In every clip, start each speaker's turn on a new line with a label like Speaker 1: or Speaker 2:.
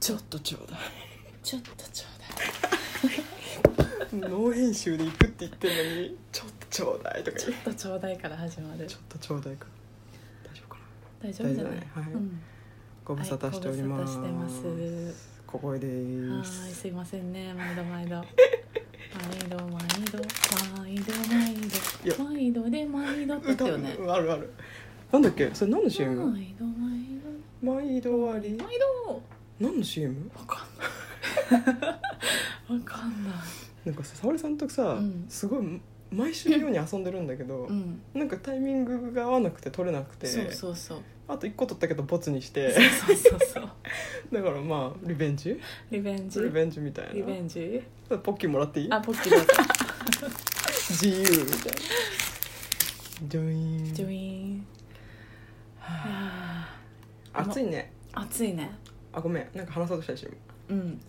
Speaker 1: ちょっとちょうだい
Speaker 2: ちょっとちょうだい
Speaker 1: 脳編集で行くって言ってんのにちょっとちょうだいとか
Speaker 2: ちょ
Speaker 1: 言
Speaker 2: っとちょうだいから始まる
Speaker 1: うちょっとちょうだいか大丈夫かな
Speaker 2: 大丈夫じゃない
Speaker 1: 大丈夫だねはい
Speaker 2: うん
Speaker 1: ご無沙汰しております,、
Speaker 2: はいご無沙汰してます
Speaker 1: 小声で
Speaker 2: は
Speaker 1: ー
Speaker 2: ーい、
Speaker 1: す
Speaker 2: すいませんね、毎度毎度。毎度毎度、毎度
Speaker 1: いや
Speaker 2: 毎度、毎度で毎度って言った
Speaker 1: 歌
Speaker 2: よね。
Speaker 1: うんあるあるなんだっけそれ何の CM、
Speaker 2: 毎度毎
Speaker 1: 毎度あり
Speaker 2: 度。毎度。
Speaker 1: 何の CM
Speaker 2: わかんない。わかんない。
Speaker 1: なんかさ沙織さんとさ、
Speaker 2: うん
Speaker 1: すごい毎週のように遊んでるんだけど、
Speaker 2: うん。
Speaker 1: なんかタイミングが合わなくて取れなくて
Speaker 2: そうそうそう。
Speaker 1: あと1個取ったけどボツにし
Speaker 2: そう
Speaker 1: て
Speaker 2: そうそうそう。
Speaker 1: だからまあリベンジ
Speaker 2: リベンジ。
Speaker 1: リベンジみたい
Speaker 2: リ
Speaker 1: な
Speaker 2: ベンジ。
Speaker 1: ポッキーもらっていい
Speaker 2: あ、ポッキーだった。
Speaker 1: 自由みたいなジョイーン
Speaker 2: ジョイーン。は
Speaker 1: 暑いね
Speaker 2: あ暑いね。
Speaker 1: あごめんなんか話そうとしたでしょ
Speaker 2: うん。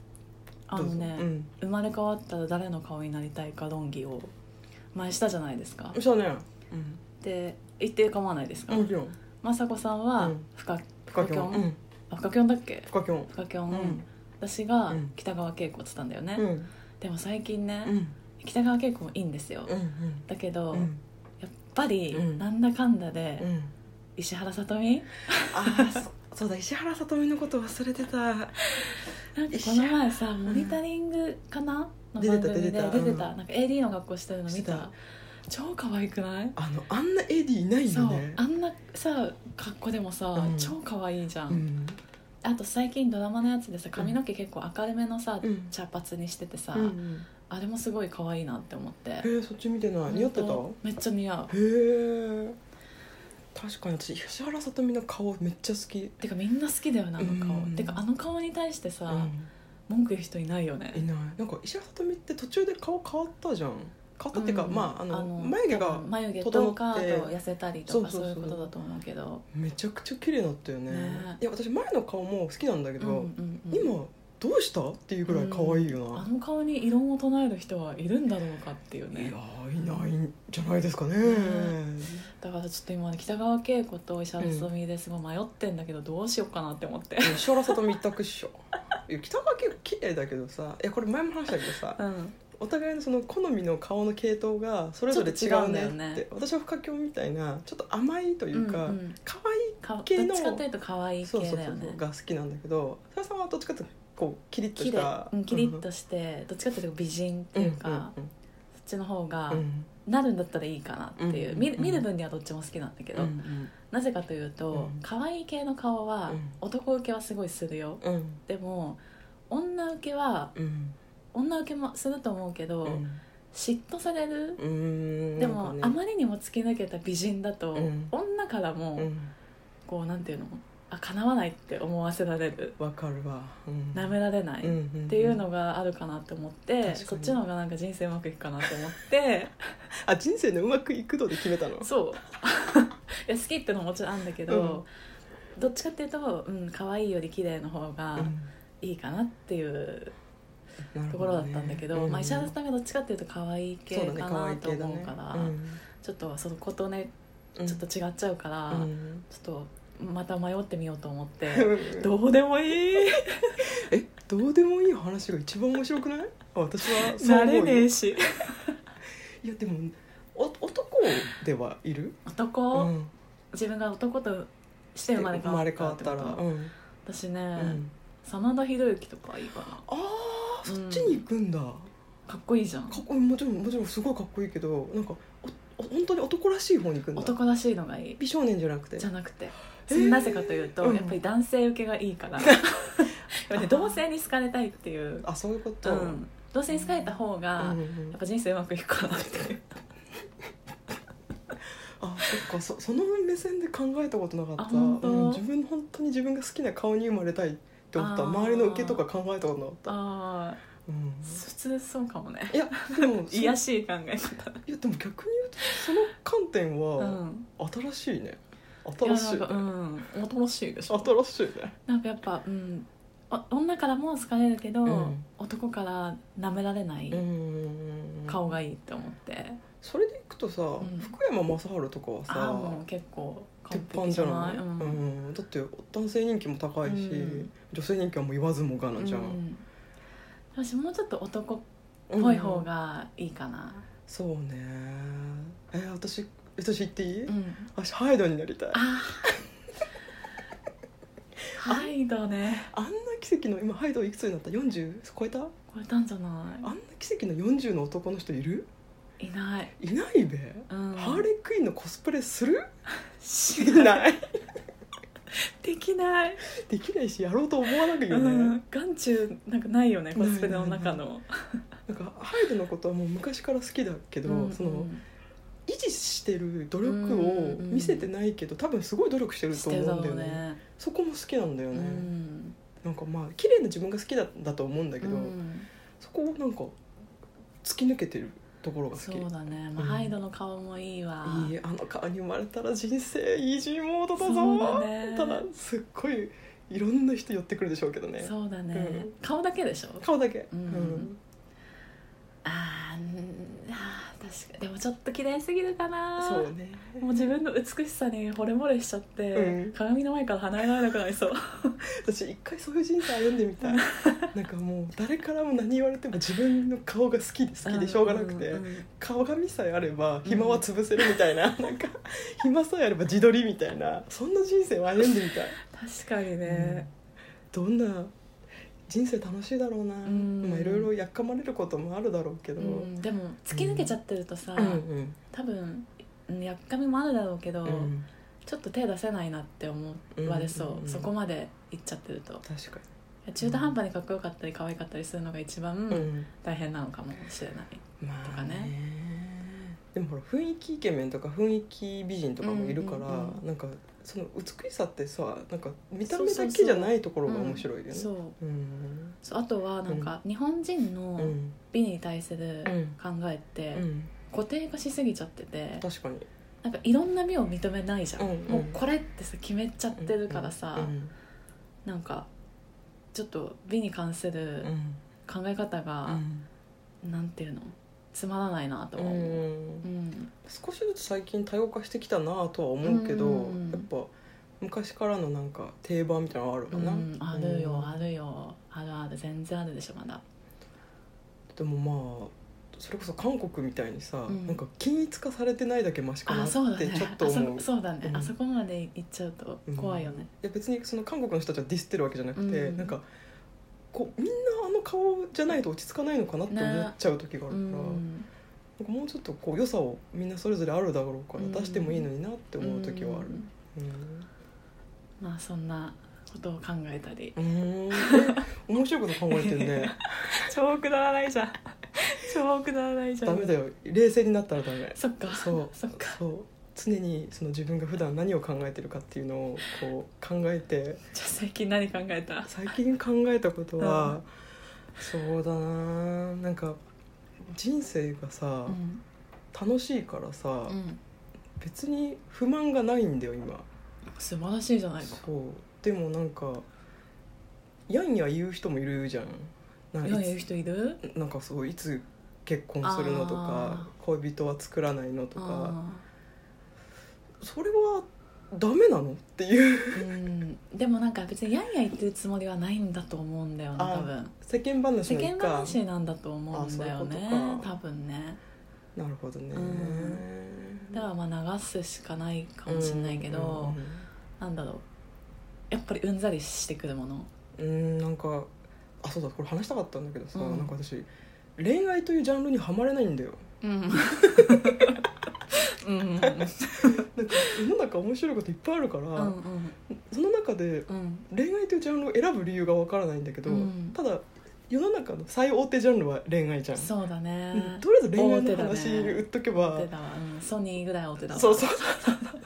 Speaker 2: あ
Speaker 1: ど
Speaker 2: の
Speaker 1: うぞ
Speaker 2: ね、
Speaker 1: うん
Speaker 2: 生まれ変わったら誰の顔になりたいか論議を前したじゃないですか。
Speaker 1: そうねうん
Speaker 2: で言って構わないですか、
Speaker 1: もちろん
Speaker 2: まさこさんは
Speaker 1: うん
Speaker 2: 深
Speaker 1: フカキョンう
Speaker 2: ョン
Speaker 1: ん
Speaker 2: あ深きょんだっけ
Speaker 1: フカキョン
Speaker 2: 深きょ、
Speaker 1: うんん
Speaker 2: 私が
Speaker 1: うん
Speaker 2: 北川景子って言ったんだよね、
Speaker 1: うんうん
Speaker 2: でも最近ね、
Speaker 1: うん
Speaker 2: 北川景子もいいんですよ、
Speaker 1: うん
Speaker 2: だけど、
Speaker 1: うん
Speaker 2: やっぱり
Speaker 1: うん
Speaker 2: なんだかんだで、
Speaker 1: うん
Speaker 2: 石原さとみ
Speaker 1: あーそ そうだ石原さとみのこと忘れてた
Speaker 2: なんかこの前さモニタリングかな、の番組で
Speaker 1: 出てた出てた
Speaker 2: 出てた、
Speaker 1: うん
Speaker 2: なんか AD の格好してるの見
Speaker 1: して
Speaker 2: た
Speaker 1: た
Speaker 2: 超可愛くない
Speaker 1: あのあんなエディいない
Speaker 2: そう
Speaker 1: よね
Speaker 2: あんなさ格好でもさ、
Speaker 1: うん
Speaker 2: 超可愛いじゃん
Speaker 1: うん
Speaker 2: あと最近ドラマのやつでさ髪の毛結構明るめのさ、
Speaker 1: うん
Speaker 2: 茶髪にしててさ、
Speaker 1: うん
Speaker 2: あれもすごい可愛いなって思って
Speaker 1: へえそっち見てない似合ってた
Speaker 2: 本当めっちゃ似合う
Speaker 1: へえ確かに私石原さとみの顔めっちゃ好き
Speaker 2: てかみんな好きだよなあの顔、
Speaker 1: うん
Speaker 2: てかあの顔に対してさ、
Speaker 1: うん
Speaker 2: 文句言う人いないよ
Speaker 1: い
Speaker 2: ね
Speaker 1: ないなんか石原さとみって途中で顔変わったじゃん変わったっていうか、
Speaker 2: うん
Speaker 1: まああの眉毛
Speaker 2: 多
Speaker 1: が
Speaker 2: 分眉毛とかあと
Speaker 1: 整って
Speaker 2: 痩せたりとか
Speaker 1: そう
Speaker 2: そう
Speaker 1: そうそう
Speaker 2: いうことだと思うけど
Speaker 1: めちゃくちゃ綺麗だったよね
Speaker 2: ね
Speaker 1: いや私前の顔も好きなんだけ
Speaker 2: うん
Speaker 1: ど、
Speaker 2: うんうん
Speaker 1: 今どうしたっていうぐらい可愛いよ
Speaker 2: あ
Speaker 1: な、
Speaker 2: の顔に異論を唱える人はいるんだろうかっていう
Speaker 1: い
Speaker 2: ね
Speaker 1: やーいないんじゃないですかね、
Speaker 2: ねだからちょっと今ね北川景子と石原さとみですごい迷ってんだけどどうしようかなって思って、
Speaker 1: 石原さとみ一択っしょ いや北川景子綺麗だけどさいやこれ前も話したけどさ
Speaker 2: うん、
Speaker 1: お互いのその好みの顔の系統がそれぞれ違うね
Speaker 2: ちょ
Speaker 1: っ
Speaker 2: っと違う
Speaker 1: て
Speaker 2: んだよね
Speaker 1: 私は深京みたいなちょっと甘いというか、
Speaker 2: うんうん
Speaker 1: 可愛い
Speaker 2: かどっ
Speaker 1: 系の
Speaker 2: ちかというと可愛い系
Speaker 1: そう
Speaker 2: だ
Speaker 1: そ
Speaker 2: よ
Speaker 1: うそう
Speaker 2: ね
Speaker 1: が好きなんだけどさやさんはどっちかというとこうキリッと
Speaker 2: キ
Speaker 1: し
Speaker 2: レ
Speaker 1: た
Speaker 2: うんキリッとしてどっちかというと美人っていうか、そっちの方が
Speaker 1: うんうんうん
Speaker 2: なるんだったらいいかなっていう、
Speaker 1: うん
Speaker 2: 見る見る分にはどっちも好きなんだけど、
Speaker 1: うん
Speaker 2: なぜかというと、
Speaker 1: うん
Speaker 2: 可愛い系の顔は
Speaker 1: うん
Speaker 2: 男受けはすごいするよ
Speaker 1: うんうん
Speaker 2: でも女受けは
Speaker 1: うん
Speaker 2: 女受けもすると思うけど、嫉妬される、
Speaker 1: うん
Speaker 2: でも、
Speaker 1: なんか
Speaker 2: あ
Speaker 1: ね
Speaker 2: まりにも突き抜けた美人だと、
Speaker 1: うん
Speaker 2: 女からも、
Speaker 1: うん
Speaker 2: こうなんていうのあかなわないって思わせられる
Speaker 1: わかるわうん
Speaker 2: なめられない、
Speaker 1: うんうん
Speaker 2: っていうのがあるかなって思って、
Speaker 1: かに
Speaker 2: そっちの方がなんか人生うまくいくかなって思って
Speaker 1: あ人生のうまくいく度で決めたの
Speaker 2: そう いや好きってのももちろんあるんだけど、どっちかっていうと、うん、可愛いより綺麗の方がいいかなっていうところだったんだけど、まあ、石原さんがどっちかっていうと可愛い系
Speaker 1: そうだね
Speaker 2: か
Speaker 1: 可愛
Speaker 2: ないと
Speaker 1: 系だ
Speaker 2: 思う
Speaker 1: ね
Speaker 2: から、
Speaker 1: うん
Speaker 2: ちょっとそのことね
Speaker 1: うん
Speaker 2: ちょっと違っちゃうから、
Speaker 1: うん
Speaker 2: ちょっとまた迷ってみようと思って
Speaker 1: ど
Speaker 2: どうでもいい
Speaker 1: えどうでもいい話が一番面白くないあ私はそう
Speaker 2: な
Speaker 1: 思う
Speaker 2: れ
Speaker 1: よ
Speaker 2: ねえし
Speaker 1: いやでもお男ではいる、
Speaker 2: 男、
Speaker 1: うん
Speaker 2: 自分が男として生まれ変わ
Speaker 1: 生ま
Speaker 2: った
Speaker 1: れ変わったら、
Speaker 2: ってこと
Speaker 1: うん
Speaker 2: 私ね、
Speaker 1: うん
Speaker 2: 真田広之とかいいかな
Speaker 1: ああそっちに行くんだ、
Speaker 2: かっこいいじゃん
Speaker 1: かっこいいもちろんもちろんすごいかっこいいけどなんかおお本当に男らしい方に行くんだ
Speaker 2: 男らしいのがいい
Speaker 1: 美少年じゃなくて
Speaker 2: じゃなくて、
Speaker 1: へー
Speaker 2: なぜかというと、
Speaker 1: うん
Speaker 2: やっぱり男性受けがいいから やっぱね同性に好かれたいっていう、
Speaker 1: あそういうこと、
Speaker 2: う
Speaker 1: うん
Speaker 2: ん、同性に好かれた方が、
Speaker 1: うんう
Speaker 2: や
Speaker 1: ん
Speaker 2: っぱ人生うまくいくかなっていう
Speaker 1: あそっかそその目線で考えたことなかった
Speaker 2: あ本当
Speaker 1: うん自分本当に自分が好きな顔に生まれたいって思った
Speaker 2: あー
Speaker 1: 周りの受けとか考えたことなかった、
Speaker 2: ああ
Speaker 1: うん、
Speaker 2: 普通そうかもね
Speaker 1: いやでも
Speaker 2: 癒やしい考え方
Speaker 1: いやでも逆に言うとその観点
Speaker 2: う
Speaker 1: は
Speaker 2: ん
Speaker 1: 新しいね
Speaker 2: い
Speaker 1: 新
Speaker 2: やな
Speaker 1: しい
Speaker 2: ん
Speaker 1: ね
Speaker 2: かうん楽しいでしょ
Speaker 1: 新しいね
Speaker 2: なんかやっぱうんお女からも好かれるけど、
Speaker 1: うん
Speaker 2: 男から舐められない
Speaker 1: うん
Speaker 2: 顔がいいって思って、
Speaker 1: それでいくとさ、
Speaker 2: ん
Speaker 1: 福山雅治とかは
Speaker 2: ああ
Speaker 1: さ
Speaker 2: もう結構
Speaker 1: 鉄
Speaker 2: 完
Speaker 1: 板
Speaker 2: 璧
Speaker 1: じ
Speaker 2: じ
Speaker 1: ゃ
Speaker 2: ゃ
Speaker 1: な
Speaker 2: ないいうん
Speaker 1: うんだって男性人気も高いし、
Speaker 2: うん
Speaker 1: 女性人気はもう言わずもがなじゃ、
Speaker 2: うんん私もうちょっと男っ
Speaker 1: うん
Speaker 2: ぽい方がいいかな、
Speaker 1: そうねえー私私言っていい、
Speaker 2: うん
Speaker 1: 私ハイドになりたい
Speaker 2: ああハイドね
Speaker 1: あんな奇跡の今ハイドいくつになった 40? 超えたあん
Speaker 2: 超えたんじゃな
Speaker 1: な奇跡の40の男の人いる
Speaker 2: いいない、
Speaker 1: いないべ、
Speaker 2: うん、
Speaker 1: ハーレークイーンのコスプレする
Speaker 2: し
Speaker 1: いない
Speaker 2: できない、
Speaker 1: できないしやろうと思わなくよ
Speaker 2: う
Speaker 1: ね、
Speaker 2: ん、眼中なんかないよねコスプレの中の
Speaker 1: なんかハイドのことはもう昔から好きだけど、
Speaker 2: うん
Speaker 1: その維持してる努力を見せてないけど、多分すごい努力してると
Speaker 2: し
Speaker 1: 思
Speaker 2: てるだ
Speaker 1: うんだ
Speaker 2: ろ
Speaker 1: よ
Speaker 2: う
Speaker 1: ね
Speaker 2: ね
Speaker 1: そこも好きなんだよ
Speaker 2: う
Speaker 1: ね、
Speaker 2: ん
Speaker 1: なんかまあ綺麗な自分が好きだだと思うんだけど、
Speaker 2: うん
Speaker 1: そこをなんか突き抜けてるところが好
Speaker 2: そ
Speaker 1: き
Speaker 2: うだね、まあ
Speaker 1: うん
Speaker 2: ハイドの顔もいいわ
Speaker 1: いいあの顔に生まれたら人生イージーモードだぞ
Speaker 2: そうだね
Speaker 1: ただすっごいいろんな人寄ってくるでしょうけどね
Speaker 2: そうだね、
Speaker 1: うん
Speaker 2: 顔だけでしょ
Speaker 1: 顔だけ、
Speaker 2: うんあーうんあー確かでもちょっと綺麗すぎるか
Speaker 1: う
Speaker 2: なん
Speaker 1: そうね
Speaker 2: もう自分の美しさに惚れ惚れしちゃって、
Speaker 1: うん
Speaker 2: 鏡の前から離れられなくなりそう
Speaker 1: 私一回そういう人生歩んでみたいなんかもう誰からも何言われても自分の顔が好きで好きでしょうがなくて、
Speaker 2: うんうんうん
Speaker 1: 顔鏡さえあれば暇は潰せるみたい な、なんか暇さえあれば自撮りみたいなそんな人生を歩んでみたい
Speaker 2: 確かにね、
Speaker 1: どんな人生楽しいだろうな、
Speaker 2: ん
Speaker 1: まあいろいろやっかまれることもあるだろうけ
Speaker 2: う
Speaker 1: ど、
Speaker 2: んでも突き抜けちゃってるとさ、
Speaker 1: うんうん
Speaker 2: 多分うんやっかみもあるだろうけど、
Speaker 1: うん
Speaker 2: ちょっと手出せないなって思われそう、
Speaker 1: うんうんうん
Speaker 2: そこまでいっちゃってると
Speaker 1: 確か
Speaker 2: 中途半端にかっこよかったり可愛かったりするのが一
Speaker 1: に、う
Speaker 2: 番
Speaker 1: ん
Speaker 2: 大変なのかもしれない、
Speaker 1: まあ
Speaker 2: とかね
Speaker 1: でもほら雰囲気イケメンとか雰囲気美人とかもいるから、
Speaker 2: うんうんう
Speaker 1: なんかその美しさってさなんか見た目だけじゃないところが面白いよね。
Speaker 2: そう
Speaker 1: うん
Speaker 2: そうあとはなんか日本人
Speaker 1: う
Speaker 2: の
Speaker 1: ん
Speaker 2: 美に対する
Speaker 1: うん
Speaker 2: 考えって
Speaker 1: うん
Speaker 2: 固定化しすぎちゃってて
Speaker 1: 確かに
Speaker 2: なんかいろんな美を認めないじゃん、
Speaker 1: うんうん
Speaker 2: もうこれってさ決めちゃってるからさ、
Speaker 1: うん
Speaker 2: なんかちょっと美に関す
Speaker 1: う
Speaker 2: る
Speaker 1: ん
Speaker 2: 考え方
Speaker 1: う
Speaker 2: が、
Speaker 1: ん
Speaker 2: なんていうのつまらないなと
Speaker 1: う
Speaker 2: は思う、
Speaker 1: ん
Speaker 2: うん
Speaker 1: 少しずつ最近多様化してきたなとは思うけど、
Speaker 2: うん
Speaker 1: やっぱ昔からのなんか定番みたいなのあるかな、
Speaker 2: うんある
Speaker 1: う
Speaker 2: よ
Speaker 1: ん
Speaker 2: あるよあるある全然あるでしょまだ
Speaker 1: でもまあそれこそ韓国みたいにさ、
Speaker 2: うん
Speaker 1: なんか均一化されてないだけマシかな
Speaker 2: あ
Speaker 1: ってち
Speaker 2: そうだね
Speaker 1: ょっと思う
Speaker 2: あそそうだね、
Speaker 1: うん
Speaker 2: あそこまで行っちゃうと怖いよね、
Speaker 1: いや別にその韓国の人たちはディスってるわけじゃなくて、
Speaker 2: うん
Speaker 1: なんかこうみんなあの顔じゃないと落ち着かないのかなって思っちゃう時があるから、
Speaker 2: うん
Speaker 1: なんかもうちょっとこう良さをみんなそれぞれあるだろうから
Speaker 2: うん
Speaker 1: 出してもいいのになって思う時はある。
Speaker 2: うん
Speaker 1: うん
Speaker 2: まあそんなことを考えた り
Speaker 1: うーん面白いこと考えてるね
Speaker 2: 超くだらないじゃん超くだらないじ
Speaker 1: ダメだよ冷静になったらダメ
Speaker 2: そっか
Speaker 1: そう
Speaker 2: そっか
Speaker 1: そう常にその自分が普段何を考えてるかっていうのをこう考えて
Speaker 2: じゃあ最近何考えた
Speaker 1: 最近考えたことは、そうだななんか人生がさ、
Speaker 2: うん
Speaker 1: 楽しいからさ、
Speaker 2: うん
Speaker 1: 別に不満がないんだよ今
Speaker 2: 素晴らしいじゃないか
Speaker 1: そうでもなんかやんや言う人もいるじゃんなんか
Speaker 2: 今
Speaker 1: いつ
Speaker 2: 言う人いる
Speaker 1: なんかそういつ結婚するのとか
Speaker 2: あ
Speaker 1: 恋人は作らないのとか
Speaker 2: あ
Speaker 1: それはダメなのっていう
Speaker 2: ーうんでもなんか別にやんや言ってるつもりはないんだと思うんだよね
Speaker 1: あー
Speaker 2: 多分
Speaker 1: 世間話
Speaker 2: 世
Speaker 1: の一
Speaker 2: 間
Speaker 1: 環
Speaker 2: 話なんだと思うんだよ
Speaker 1: あ
Speaker 2: ね
Speaker 1: そういうことか
Speaker 2: 多分ね
Speaker 1: なるほどね
Speaker 2: うんだからまあ流すしかないかもしれないけど、なんだろうやっぱりうんざりしてくるもの
Speaker 1: うんうんうんうんなんかあそうだこれ話したかったんだけどさ、
Speaker 2: うん
Speaker 1: なんか私恋愛というジャンルにはまれないんだよ
Speaker 2: うん うんうん
Speaker 1: なんか世の中面白いこといっぱいあるから、
Speaker 2: うん
Speaker 1: その中で
Speaker 2: うん
Speaker 1: 恋愛というジャンルを選ぶ理由がわからないんだけど、
Speaker 2: うん
Speaker 1: ただ世の中の最大手ジャンルは恋愛じゃん
Speaker 2: そうだ
Speaker 1: うん
Speaker 2: ね
Speaker 1: とりあえず恋愛の
Speaker 2: 大
Speaker 1: 話
Speaker 2: 手だね
Speaker 1: 売っとけ
Speaker 2: お
Speaker 1: ば、
Speaker 2: 手だわうんソニーぐらいお手だわ
Speaker 1: そう そうそうとりあ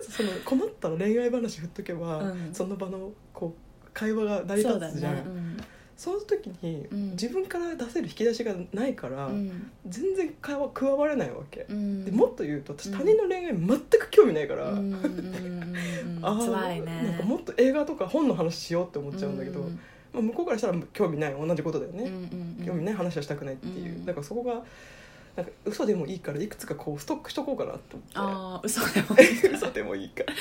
Speaker 1: えずその困ったら恋愛話振っとけば、
Speaker 2: うん
Speaker 1: その場のこう会話が成り
Speaker 2: そう
Speaker 1: 立
Speaker 2: だ
Speaker 1: つじゃんそ,、
Speaker 2: ねうん
Speaker 1: の時に、
Speaker 2: うん
Speaker 1: 自分から出せる引き出しがないから、
Speaker 2: うん
Speaker 1: 全然会話加われないわけ、
Speaker 2: うん
Speaker 1: でもっと言うと私
Speaker 2: うん
Speaker 1: 他人の恋愛全く興味ないか
Speaker 2: う
Speaker 1: ら、
Speaker 2: んうんうん
Speaker 1: あ
Speaker 2: うん
Speaker 1: ー
Speaker 2: 辛い
Speaker 1: なん
Speaker 2: ね
Speaker 1: かもっと映画とか本の話しようって思っちゃうんだけど、
Speaker 2: うん
Speaker 1: まあ、向こうからしたら興味ない同じことだよね、
Speaker 2: うんうん
Speaker 1: 興味ない話はしたくないっていう、
Speaker 2: うん
Speaker 1: だからそこがなんか嘘でもいいからいくつかこうストックしとこうかなと思っ
Speaker 2: ああ嘘で も
Speaker 1: て嘘でもいいから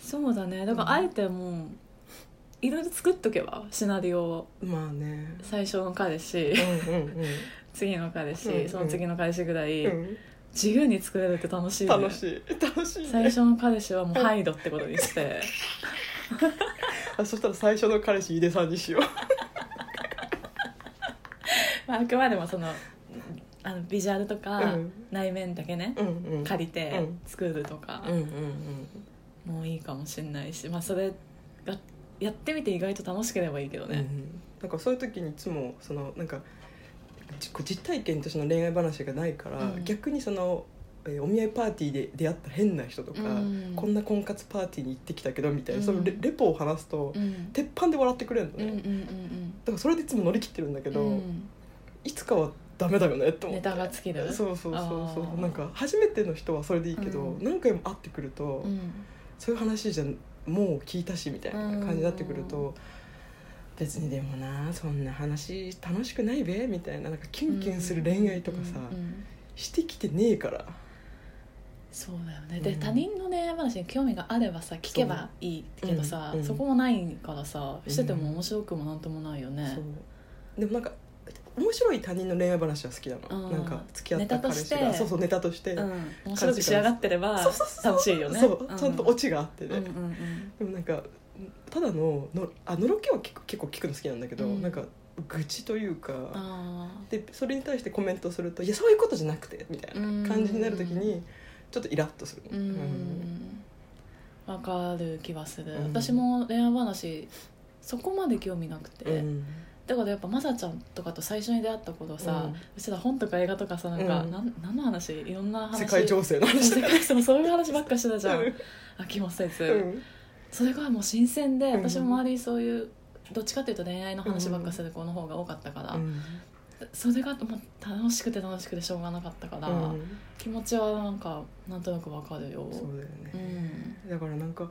Speaker 2: そうだねだからあえてもういろいろ作っとけばシナリオを
Speaker 1: まあね
Speaker 2: 最初の彼氏
Speaker 1: うんうん
Speaker 2: 次の彼氏、
Speaker 1: うんうん
Speaker 2: その次の彼氏ぐらい、
Speaker 1: うん、うん、
Speaker 2: 自由に作れるって楽しい、ね、
Speaker 1: 楽しい楽しい、ね、
Speaker 2: 最初の彼氏はもうハイドってことにして
Speaker 1: あそしたら最初の彼氏井出さんにしよう
Speaker 2: まあ、あくまでもそのあのビジュアルとか、
Speaker 1: うん
Speaker 2: 内面だけね、
Speaker 1: うんうん
Speaker 2: 借りて
Speaker 1: うん
Speaker 2: 作るとか
Speaker 1: うん、うんうん
Speaker 2: もういいかもしれないし、まあ、それがやってみて意外と楽しければいいけど
Speaker 1: うんう
Speaker 2: ね、
Speaker 1: ん、なんかそういう時にいつもそのなんかじこう実体験としての恋愛話がないから、
Speaker 2: うん
Speaker 1: 逆にその、えーお見合いパーティーで出会った変な人とか、
Speaker 2: うん
Speaker 1: こんな婚活パーティーに行ってきたけどみたいな、
Speaker 2: うん
Speaker 1: そのレレポを話すと、
Speaker 2: うんうん、
Speaker 1: 鉄板で笑ってくれるの
Speaker 2: う
Speaker 1: ね、
Speaker 2: んうん
Speaker 1: だからそれでいつも乗り切ってるんだけ
Speaker 2: うんう
Speaker 1: ど、
Speaker 2: ん
Speaker 1: いつかはダメだよねと思
Speaker 2: ネ
Speaker 1: って
Speaker 2: タが尽きる
Speaker 1: そうそうそう
Speaker 2: あ
Speaker 1: そう
Speaker 2: ー
Speaker 1: なんか初めての人はそれでいいけど、
Speaker 2: うん
Speaker 1: 何回も会ってくると、
Speaker 2: うん
Speaker 1: そういう話じゃもう聞いたしみたいな感じになってくると、
Speaker 2: う
Speaker 1: 別にでもなそんな話楽しくないべみたいななんかキュンキュンする恋愛とかさ、
Speaker 2: うんうん
Speaker 1: してきてねえから
Speaker 2: そうだよねで、
Speaker 1: うん
Speaker 2: 他人の恋愛話に興味があればさ聞けばいいけどさ
Speaker 1: うん
Speaker 2: そ,、
Speaker 1: うん
Speaker 2: こもないからさしてて
Speaker 1: う
Speaker 2: も
Speaker 1: ん
Speaker 2: 面白くもなんともないよね
Speaker 1: そう、でもなんか面白い他人の恋愛話は好きな
Speaker 2: あ
Speaker 1: の
Speaker 2: ー
Speaker 1: なんか付き合った
Speaker 2: ネタ
Speaker 1: 彼
Speaker 2: とし
Speaker 1: 氏
Speaker 2: て
Speaker 1: がそうそうネタとして、
Speaker 2: うん、面白く仕上がってれば
Speaker 1: そうそうそう
Speaker 2: 楽しいよね
Speaker 1: そう
Speaker 2: うん
Speaker 1: ちゃんとオチがあってね、
Speaker 2: うんうんうん
Speaker 1: でもなんかただののあのろけは結構結構聞くの好きなんだけど、
Speaker 2: うん
Speaker 1: なんか愚痴というか、
Speaker 2: あー
Speaker 1: でそれに対してコメントすると「いやそういうことじゃなくて」みたいな感じになるときにちょっとイラッとする、
Speaker 2: う
Speaker 1: うん
Speaker 2: わかる気はする、
Speaker 1: うん
Speaker 2: 私も恋愛話そこまで興味なくて、
Speaker 1: ん
Speaker 2: だからやっぱまさちゃんとかと最初に出会った頃さ、
Speaker 1: う
Speaker 2: うんちら本とか映画とかさなんか、
Speaker 1: うん
Speaker 2: なん何の話いろんな話
Speaker 1: 世界情勢の話
Speaker 2: 世界 そうそういう話ばっかしてたじゃ
Speaker 1: うんん
Speaker 2: 飽きもせず、
Speaker 1: うん
Speaker 2: それがもう新鮮で
Speaker 1: うん
Speaker 2: 私も周りそういうどっちかというと恋愛の話ばっかする子の方が多かったから、
Speaker 1: うん
Speaker 2: それがもう楽しくて楽しくてしょうがなかったから、
Speaker 1: うん
Speaker 2: 気持ちはなんかなんとなくわかるよ
Speaker 1: そうだよ
Speaker 2: う
Speaker 1: ね、
Speaker 2: ん
Speaker 1: だからなんか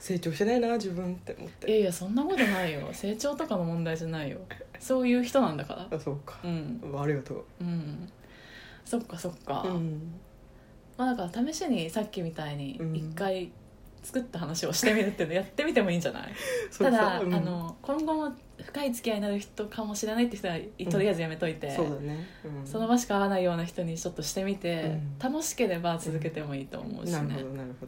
Speaker 1: 成長してないな自分って思っ
Speaker 2: いや
Speaker 1: て
Speaker 2: いやそんなことないよ成長とかの問題じゃないよそういう人なんだから
Speaker 1: あそうか、
Speaker 2: うん
Speaker 1: ありがとう
Speaker 2: うんそっかそっか、
Speaker 1: うん
Speaker 2: まあだから試しにさっきみたいに
Speaker 1: うん
Speaker 2: 一回作った話をしてみるってい うのやってみてもいいんじゃない
Speaker 1: そ
Speaker 2: た
Speaker 1: れさ
Speaker 2: だ、
Speaker 1: うん
Speaker 2: あの今後も深い付き合いになる人かもしれないって人はとりあえずやめといて、
Speaker 1: そうだね、うん
Speaker 2: その場しか会わないような人にちょっとしてみて、
Speaker 1: うん
Speaker 2: 楽しければ続けてもいいと思うしね
Speaker 1: なるほどなるほ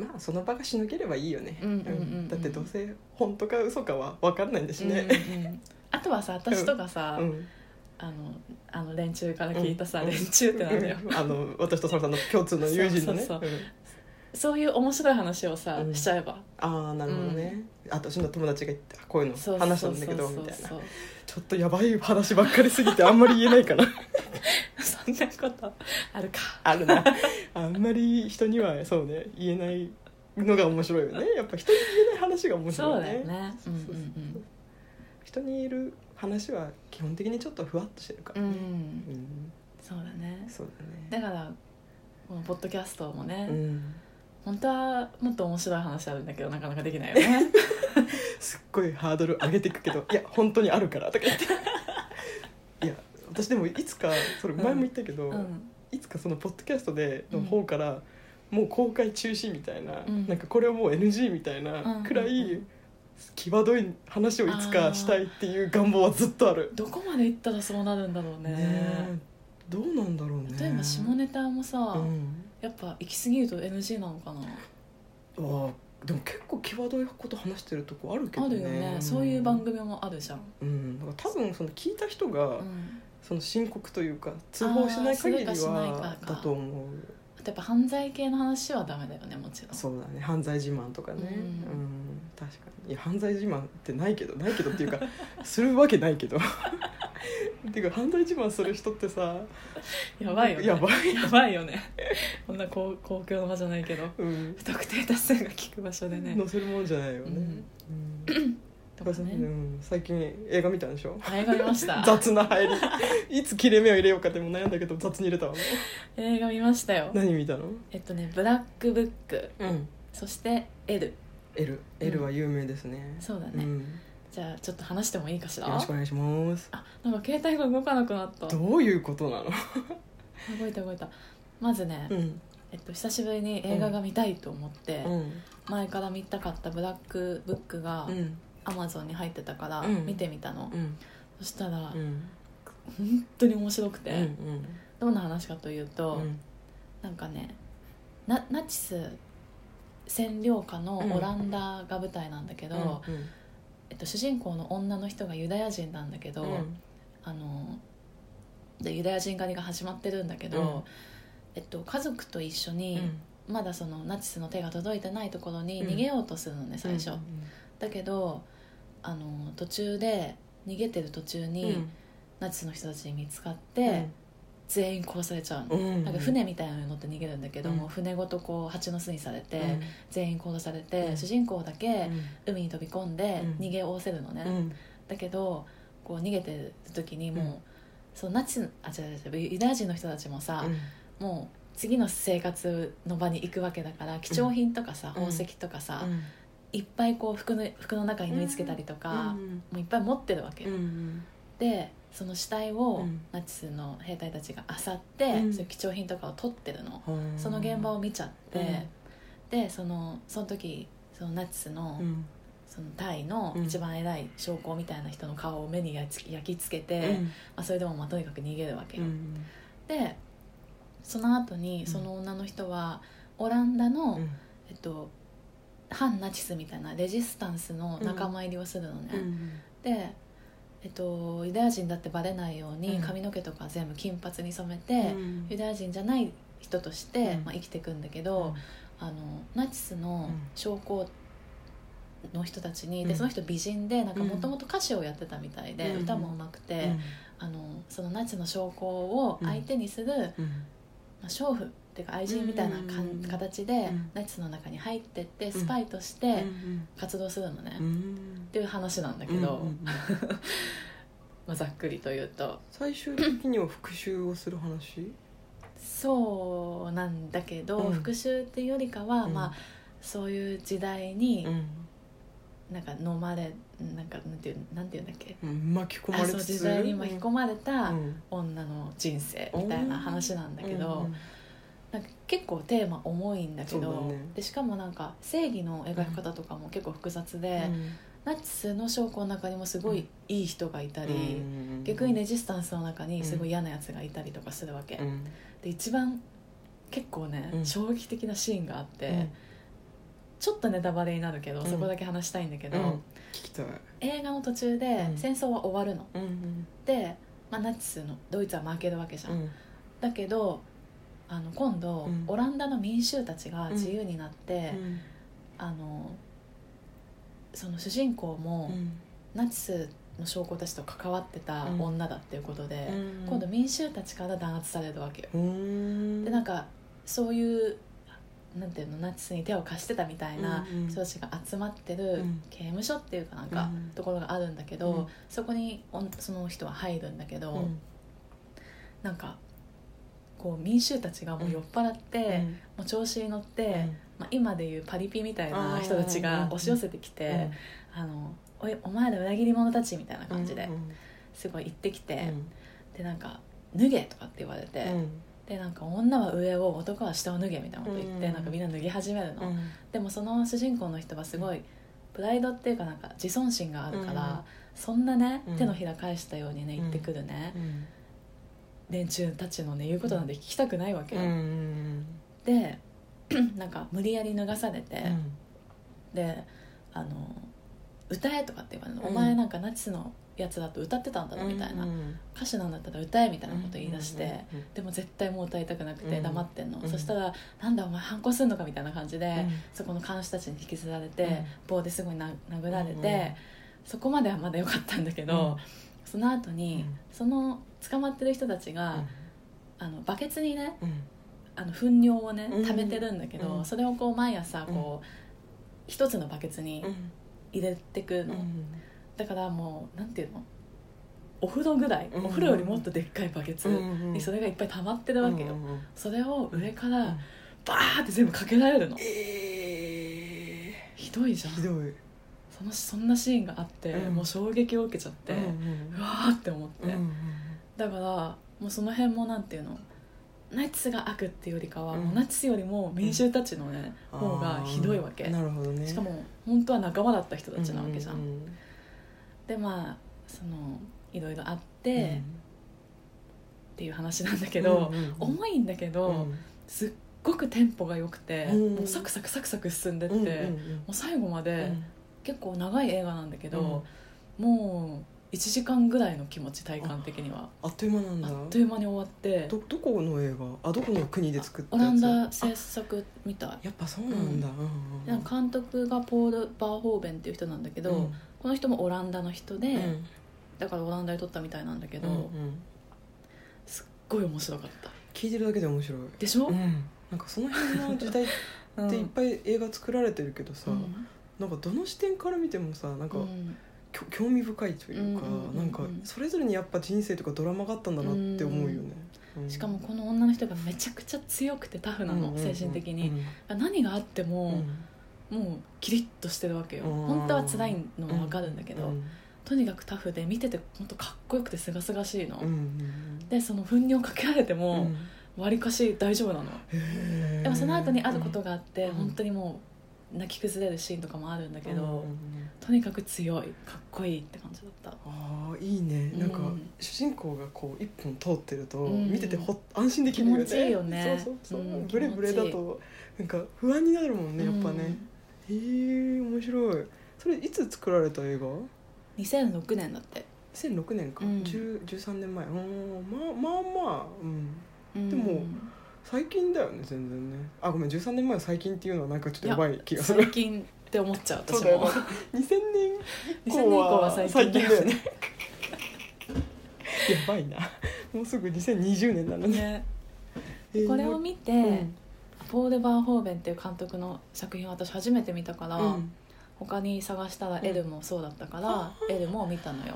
Speaker 1: どまあその場がしのげればいいよね、
Speaker 2: うんうんうんうん
Speaker 1: だってどうせ本当か嘘かは分かんないんだしね、
Speaker 2: うんうんあとはさ私とかさ、
Speaker 1: うん
Speaker 2: あのあの連中から聞いたさ、
Speaker 1: うん
Speaker 2: 連中ってなんだよ、
Speaker 1: うんあの私とサラさんの共通の友人のね
Speaker 2: そうそう
Speaker 1: うん
Speaker 2: そういう面白い話をさ、
Speaker 1: うん
Speaker 2: しちゃえば
Speaker 1: ああなるほどね、あ私の友達が言ってあこういうの
Speaker 2: そうそう
Speaker 1: 話し
Speaker 2: そ
Speaker 1: た
Speaker 2: うん
Speaker 1: だけどみたいな
Speaker 2: そう
Speaker 1: ちょっとやばい話ばっかりすぎてあんまり言えないかな
Speaker 2: そんなこと あるか
Speaker 1: あるなあんまり人にはそうね言えないのが面白いよねやっぱ人に言えない話が面白い
Speaker 2: そ
Speaker 1: よ
Speaker 2: うだ
Speaker 1: ね
Speaker 2: よねう
Speaker 1: そ
Speaker 2: ん
Speaker 1: う
Speaker 2: う
Speaker 1: そうそうん人に言える話は基本的にちょっとふわっとしてるか
Speaker 2: う
Speaker 1: ら
Speaker 2: ん、う
Speaker 1: ね、
Speaker 2: ん、
Speaker 1: うん
Speaker 2: そうだね
Speaker 1: そうだね
Speaker 2: だからこのポッドキャストもね、
Speaker 1: うん、
Speaker 2: 本当はもっと面白い話あるんだけどなかなかできないよね
Speaker 1: すっごいハードル上げていくけど「いや本当にあるから」とか言っていや私でもいつかそれ前も言ったけど、
Speaker 2: うん
Speaker 1: いつかそのポッドキャストでの方から、もう公開中止みたいな、
Speaker 2: うん
Speaker 1: なんかこれはもう NG みたいなくら
Speaker 2: うんうんう
Speaker 1: い
Speaker 2: ん
Speaker 1: 際どい話をいつかしたいっていう願望はずっとある。
Speaker 2: どこまで行ったらそうなるんだろうね
Speaker 1: えどうなんだろうね。
Speaker 2: 例えば下ネタもさ、
Speaker 1: うん、
Speaker 2: やっぱ行き過ぎると NG なのかな
Speaker 1: あーでも結構際どいこと話してるとこあるけど
Speaker 2: あ
Speaker 1: ね。
Speaker 2: るよね、そういう番組もあるじゃん、
Speaker 1: うん、だから多分その聞いた人が、
Speaker 2: うん、
Speaker 1: その申告というか通報しない限り
Speaker 2: あー通報しない
Speaker 1: は
Speaker 2: からか
Speaker 1: だと思う
Speaker 2: あとやっぱ犯罪系の話はダメだよねもちろん
Speaker 1: そうだね犯罪自慢とかね、
Speaker 2: うん
Speaker 1: うん確かにいや犯罪自慢ってないけどないけどっていうかするわけないけど っていうか犯罪自慢する人ってさ
Speaker 2: やばいよね
Speaker 1: やばい
Speaker 2: やばいよね こんな公公共の場じゃないけど
Speaker 1: うん、
Speaker 2: 不特定多数が聞く場所でね
Speaker 1: 載せるもんじゃないよね、うん
Speaker 2: とか
Speaker 1: う
Speaker 2: ね
Speaker 1: ん最近映画見たんでしょ
Speaker 2: 映画見まし た
Speaker 1: 雑な入りいつ切れ目を入れようかでも悩んだけど雑に入れたわ
Speaker 2: 映画見ましたよ
Speaker 1: 何見たの
Speaker 2: えっとね「ブラックブック
Speaker 1: うん」
Speaker 2: そして「L
Speaker 1: エルエルは有名ですね、
Speaker 2: そうだね
Speaker 1: うん」
Speaker 2: じゃあちょっと話してもいいかしら
Speaker 1: よろしくお願いします
Speaker 2: あなんか携帯が動かなくなった
Speaker 1: どういうことなの、
Speaker 2: あ動いた動いたまずね、
Speaker 1: うん
Speaker 2: えっと、久しぶりに映画が見たいと思って、
Speaker 1: うん
Speaker 2: 前から見たかったブラックブックが
Speaker 1: うん
Speaker 2: アマゾンに入ってたから
Speaker 1: うん
Speaker 2: 見てみたの、
Speaker 1: うん
Speaker 2: そしたら
Speaker 1: うんうん
Speaker 2: 本当に面白くて、
Speaker 1: うん
Speaker 2: どんな話かというと、
Speaker 1: うん
Speaker 2: なんかねナナチス占領下のオランダが舞台なんだけど、
Speaker 1: うん
Speaker 2: えっと、主人公の女の人がユダヤ人なんだけど、
Speaker 1: うん
Speaker 2: あのでユダヤ人狩りが始まってるんだけど、
Speaker 1: うん
Speaker 2: えっと、家族と一緒
Speaker 1: う
Speaker 2: に、
Speaker 1: ん
Speaker 2: まだそのナチスの手が届いてないところに
Speaker 1: うん
Speaker 2: 逃げようとするのね、最
Speaker 1: う
Speaker 2: 初、
Speaker 1: ん
Speaker 2: だけどあの途中で逃げてる途中
Speaker 1: うん
Speaker 2: に、ナチスの人たちに見つかって、全員殺されちゃうの、
Speaker 1: うん
Speaker 2: なんか船みたいなのに乗って逃げるんだけど、
Speaker 1: うん
Speaker 2: もう船ごとこう蜂の巣にされて、全員殺されて、
Speaker 1: うん
Speaker 2: 主人公だ
Speaker 1: う
Speaker 2: け
Speaker 1: ん
Speaker 2: 海に飛び込んで
Speaker 1: うん
Speaker 2: 逃げおおせるのね、
Speaker 1: うん
Speaker 2: だけどこう逃げてる時にもう、
Speaker 1: うん
Speaker 2: そのナチスあ違う違う違うユダヤ人の人たちもさ、もう次の生活の場に行くわけだから貴重品とかさ、
Speaker 1: うん
Speaker 2: 宝石とかさ、
Speaker 1: うん
Speaker 2: いっぱいこう服の服の中に縫い付けたりとか、も
Speaker 1: うん
Speaker 2: ういっぱい持ってるわけ、
Speaker 1: うん
Speaker 2: でその死体を
Speaker 1: うん
Speaker 2: ナチスの兵隊たちが漁って、
Speaker 1: うん
Speaker 2: そういう貴重品とかを取ってるの、
Speaker 1: うん
Speaker 2: その現場を見ちゃって、でそのその時そのナチスの,、
Speaker 1: うん
Speaker 2: そのタイの
Speaker 1: うん
Speaker 2: 一番偉い将校みたいな人の顔を目に焼き焼き付けて、
Speaker 1: うん
Speaker 2: まあ、それでもまあとにかく逃げるわけ、
Speaker 1: うん
Speaker 2: でその後
Speaker 1: う
Speaker 2: に
Speaker 1: ん
Speaker 2: その女の人はオランダの、
Speaker 1: うん
Speaker 2: えっと、反ナチスみたいなレジスタンスの仲間入りをするのね、
Speaker 1: うん
Speaker 2: で、えっと、ユダヤ人だってバレないよう
Speaker 1: う
Speaker 2: に
Speaker 1: ん
Speaker 2: 髪の毛とか全部金髪に染めて、
Speaker 1: うん
Speaker 2: ユダヤ人じゃない人として、
Speaker 1: うん
Speaker 2: まあ、生きていくんだけど、あのナチスの
Speaker 1: うん
Speaker 2: 将校の人たちに、
Speaker 1: う
Speaker 2: で
Speaker 1: ん
Speaker 2: その人美人で
Speaker 1: うん
Speaker 2: もともと歌手をやってたみたいで、
Speaker 1: うん
Speaker 2: 歌もうまくて、あのそのナチの将校を相手にする、ま
Speaker 1: うん
Speaker 2: あ、娼婦っていうか愛人みたいなかん
Speaker 1: うん
Speaker 2: 形で、
Speaker 1: ん
Speaker 2: ナチの中に入ってって
Speaker 1: ん
Speaker 2: スパイとし
Speaker 1: う
Speaker 2: て
Speaker 1: ん
Speaker 2: 活動するのね、
Speaker 1: う
Speaker 2: っ
Speaker 1: ん
Speaker 2: ていう話なんだけど。まあ、ざっくりと言うと
Speaker 1: 最終的には復讐をする話
Speaker 2: そうなんだけど、
Speaker 1: うん
Speaker 2: 復讐っていうよりかは、まあ、そういう時代に
Speaker 1: うん
Speaker 2: なんか飲まれなんかなんていうなんていうんだっけ
Speaker 1: うん巻き込ま
Speaker 2: あ
Speaker 1: れ
Speaker 2: そう
Speaker 1: つつ
Speaker 2: 時代に巻き込まれた
Speaker 1: うん
Speaker 2: 女の人生みたいな話なんだけど、
Speaker 1: うん
Speaker 2: なんか結構テーマ重いんだけど
Speaker 1: そうだね
Speaker 2: でしかもなんか正義の描き方とかも結構複雑で、ナチスの将校の中にもすごいいい人がいたり、
Speaker 1: うん
Speaker 2: 逆にレジスタンスの中にすごい嫌なやつがいたりとかするわけ。
Speaker 1: うん
Speaker 2: で一番結構ね、
Speaker 1: うん
Speaker 2: 衝撃的なシーンがあって、
Speaker 1: うん
Speaker 2: ちょっとネタバレになるけど、
Speaker 1: うん
Speaker 2: そこだけ話したいんだけど、
Speaker 1: うん聞きたい
Speaker 2: 映画の途中で
Speaker 1: うん
Speaker 2: 戦争は終わるの、
Speaker 1: うん
Speaker 2: で、まあ、ナチスのドイツは負けるわけじゃん、
Speaker 1: うん
Speaker 2: だけどあの今度、
Speaker 1: うん
Speaker 2: オランダの民衆たちが自由になって、
Speaker 1: うん
Speaker 2: あのその主人公も、ナチスの将校たちと関わってた女だっていうことで、
Speaker 1: うん
Speaker 2: 今度民衆たちから弾圧されるわけよ
Speaker 1: うん
Speaker 2: でなんかそういうなんていうのナチスに手を貸してたみたいな
Speaker 1: うんうん
Speaker 2: 人たちが集まってる
Speaker 1: うん
Speaker 2: 刑務所っていうかなんか
Speaker 1: うん
Speaker 2: ところがあるんだけど、
Speaker 1: うん
Speaker 2: そこにおんその人は入るんだけど、
Speaker 1: うん
Speaker 2: なんかこう民衆たちがもう酔っ払って、
Speaker 1: うん
Speaker 2: もう調子に乗って、
Speaker 1: うん
Speaker 2: まあ、今でいうパリピみたいな人たちが押し寄せてきて、あのおいお前ら裏切り者たちみたいな感じで
Speaker 1: うん
Speaker 2: すごい行ってきて、
Speaker 1: うん
Speaker 2: でなんか「脱げ!」とかって言われて。
Speaker 1: うん
Speaker 2: でなんか女は上を男は下を脱げみたいなこと言って、
Speaker 1: うん
Speaker 2: なんかみんな脱ぎ始めるの、
Speaker 1: うん
Speaker 2: でもその主人公の人はすごいプライドっていうかなんか自尊心があるから、
Speaker 1: うん
Speaker 2: そんなね、
Speaker 1: うん
Speaker 2: 手のひら返したようにね言ってくるね、
Speaker 1: うん
Speaker 2: 連中たちのね言うことなんて聞きたくないわけよ、
Speaker 1: うん
Speaker 2: で なんか無理やり脱がされて、であの歌えとかって言われるの、
Speaker 1: うん
Speaker 2: お前なんかナチスのやつだと歌ってたんだろみたいな、
Speaker 1: うん
Speaker 2: 歌手なんだったら歌えみたいなこと言い出して、
Speaker 1: うん
Speaker 2: でも絶対もう歌いたくなくて
Speaker 1: うん
Speaker 2: 黙ってんの、
Speaker 1: うん
Speaker 2: そしたら「なんだお前反抗するのか」みたいな感じで、
Speaker 1: うん
Speaker 2: そこの看守たちに引きずられて、
Speaker 1: うん
Speaker 2: 棒ですごいな殴られて、
Speaker 1: うんうん
Speaker 2: そこまではまだ良かったんだけど、その後に、
Speaker 1: うん
Speaker 2: その捕まってる人たちが、
Speaker 1: うん
Speaker 2: あのバケツにね
Speaker 1: うん
Speaker 2: あの糞尿をね
Speaker 1: うん
Speaker 2: 溜めてるんだけど、
Speaker 1: うん
Speaker 2: それをこう毎朝こう、一つのバケツに
Speaker 1: うん
Speaker 2: 入れてく
Speaker 1: う
Speaker 2: の、
Speaker 1: ん
Speaker 2: だからもうなんていうのお風呂ぐらい、
Speaker 1: うん
Speaker 2: お風呂よりもっとでっかいバケツ
Speaker 1: うんうん
Speaker 2: にそれがいっぱい溜まってるわけよ、
Speaker 1: うんうん
Speaker 2: それを上からバーって全部かけられるの
Speaker 1: え
Speaker 2: ひどいじゃ
Speaker 1: ー
Speaker 2: ん
Speaker 1: ひどい
Speaker 2: そのそんなシーンがあって、
Speaker 1: うん
Speaker 2: もう衝撃を受けちゃって、
Speaker 1: う
Speaker 2: うんわーって思って、
Speaker 1: うんうん
Speaker 2: だからもうその辺もなんていうのナチスが悪っていうよりかは、
Speaker 1: うん
Speaker 2: もうナチスよりも民衆たちのね、
Speaker 1: うん
Speaker 2: 方がひどいわけ
Speaker 1: あーなるほどね
Speaker 2: しかも本当は仲間だった人たちなわけじゃん、
Speaker 1: ううう
Speaker 2: でまあそのいろいろあっ
Speaker 1: うん
Speaker 2: てっていう話なんだけど、
Speaker 1: うんうんうん
Speaker 2: 重いんだけど、
Speaker 1: うん
Speaker 2: すっごくテンポが良くて、
Speaker 1: うん
Speaker 2: もうサクサクサクサク進んでって、
Speaker 1: うんうん
Speaker 2: もう最後ま
Speaker 1: う
Speaker 2: で、
Speaker 1: ん
Speaker 2: 結構長い映画なんだけど、もう1時間ぐらいの気持ち体感的には
Speaker 1: あっという間なんだ
Speaker 2: あっという間に終わって
Speaker 1: どどこの映画あどこの国で作った
Speaker 2: オ
Speaker 1: やつ
Speaker 2: ランダ制
Speaker 1: あ
Speaker 2: 作みたい
Speaker 1: やっぱそうなんだ、うんうんうん、
Speaker 2: なんか監督がポール・バーホーベンっていう人なんだけど、
Speaker 1: うん
Speaker 2: この人もオランダの人で、
Speaker 1: うん
Speaker 2: だからオランダで撮ったみたいなんだけど、
Speaker 1: うんうん
Speaker 2: すっごい面白かった
Speaker 1: 聞いてるだけで面白い、
Speaker 2: でしょ、
Speaker 1: うん、なんかその辺の時代っ
Speaker 2: うん
Speaker 1: ていっぱい映画作られてるけどさ、
Speaker 2: うん
Speaker 1: なんかどの視点から見てもさなんか、
Speaker 2: うん
Speaker 1: きょ興味深いというか、
Speaker 2: うんうんうんうん
Speaker 1: なんかそれぞれにやっぱ人生とかドラマがあったんだなって思うよね、うん
Speaker 2: しかもこの女の人がめちゃくちゃ強くてタフなの、
Speaker 1: うんうんうん
Speaker 2: 精神的に、何があって
Speaker 1: うん
Speaker 2: も、もうキリッとしてるわけよ、
Speaker 1: うん
Speaker 2: 本当は辛いのは分かるんだけど、
Speaker 1: うん
Speaker 2: とにかくタフで見てて本当かっこよくてすがすがしいの、
Speaker 1: うんうん
Speaker 2: でその糞尿かけられて
Speaker 1: うん
Speaker 2: もわりかし大丈夫なの、
Speaker 1: へー
Speaker 2: でもその後にあることがあって、
Speaker 1: うん
Speaker 2: 本当にもう泣き崩れるシーンとかもあるんだけど、
Speaker 1: うんうんうん
Speaker 2: とにかく強いかっこいいって感じだった
Speaker 1: あーいいねなんか
Speaker 2: うん
Speaker 1: 主人公がこう一本通ってると
Speaker 2: うん
Speaker 1: 見ててほ安心できるよね
Speaker 2: 気持ちいいよね
Speaker 1: そうそうそう、
Speaker 2: うん
Speaker 1: ブレブレだ
Speaker 2: 気
Speaker 1: となんか不安になるもんねやっぱね、へえ面白いそれいつ作られた映画
Speaker 2: うん2006年だって、
Speaker 1: 2006年か、
Speaker 2: うん
Speaker 1: 10 13年前うんまあまあまあ、うん、
Speaker 2: うん
Speaker 1: でも最近だよね全然ねあごめん13年前は最近っていうのはなんかちょっと
Speaker 2: い
Speaker 1: や
Speaker 2: や
Speaker 1: ばい気がする
Speaker 2: 最近って思っちゃう
Speaker 1: そう
Speaker 2: 私
Speaker 1: だよね
Speaker 2: も
Speaker 1: 2000年以
Speaker 2: 2000年以
Speaker 1: 降
Speaker 2: 降
Speaker 1: は
Speaker 2: は
Speaker 1: 最
Speaker 2: 最
Speaker 1: 近
Speaker 2: 近
Speaker 1: だ
Speaker 2: だ
Speaker 1: よ
Speaker 2: よ
Speaker 1: ね
Speaker 2: ね
Speaker 1: やばいなもうすぐ2020年なのね
Speaker 2: ね
Speaker 1: えー
Speaker 2: これを見て、
Speaker 1: うん
Speaker 2: ポール・バーホーベンっていう監督の作品を私初めて見たから、
Speaker 1: うん
Speaker 2: 他に探したら「エル」もそうだったから「エル」も見たのよ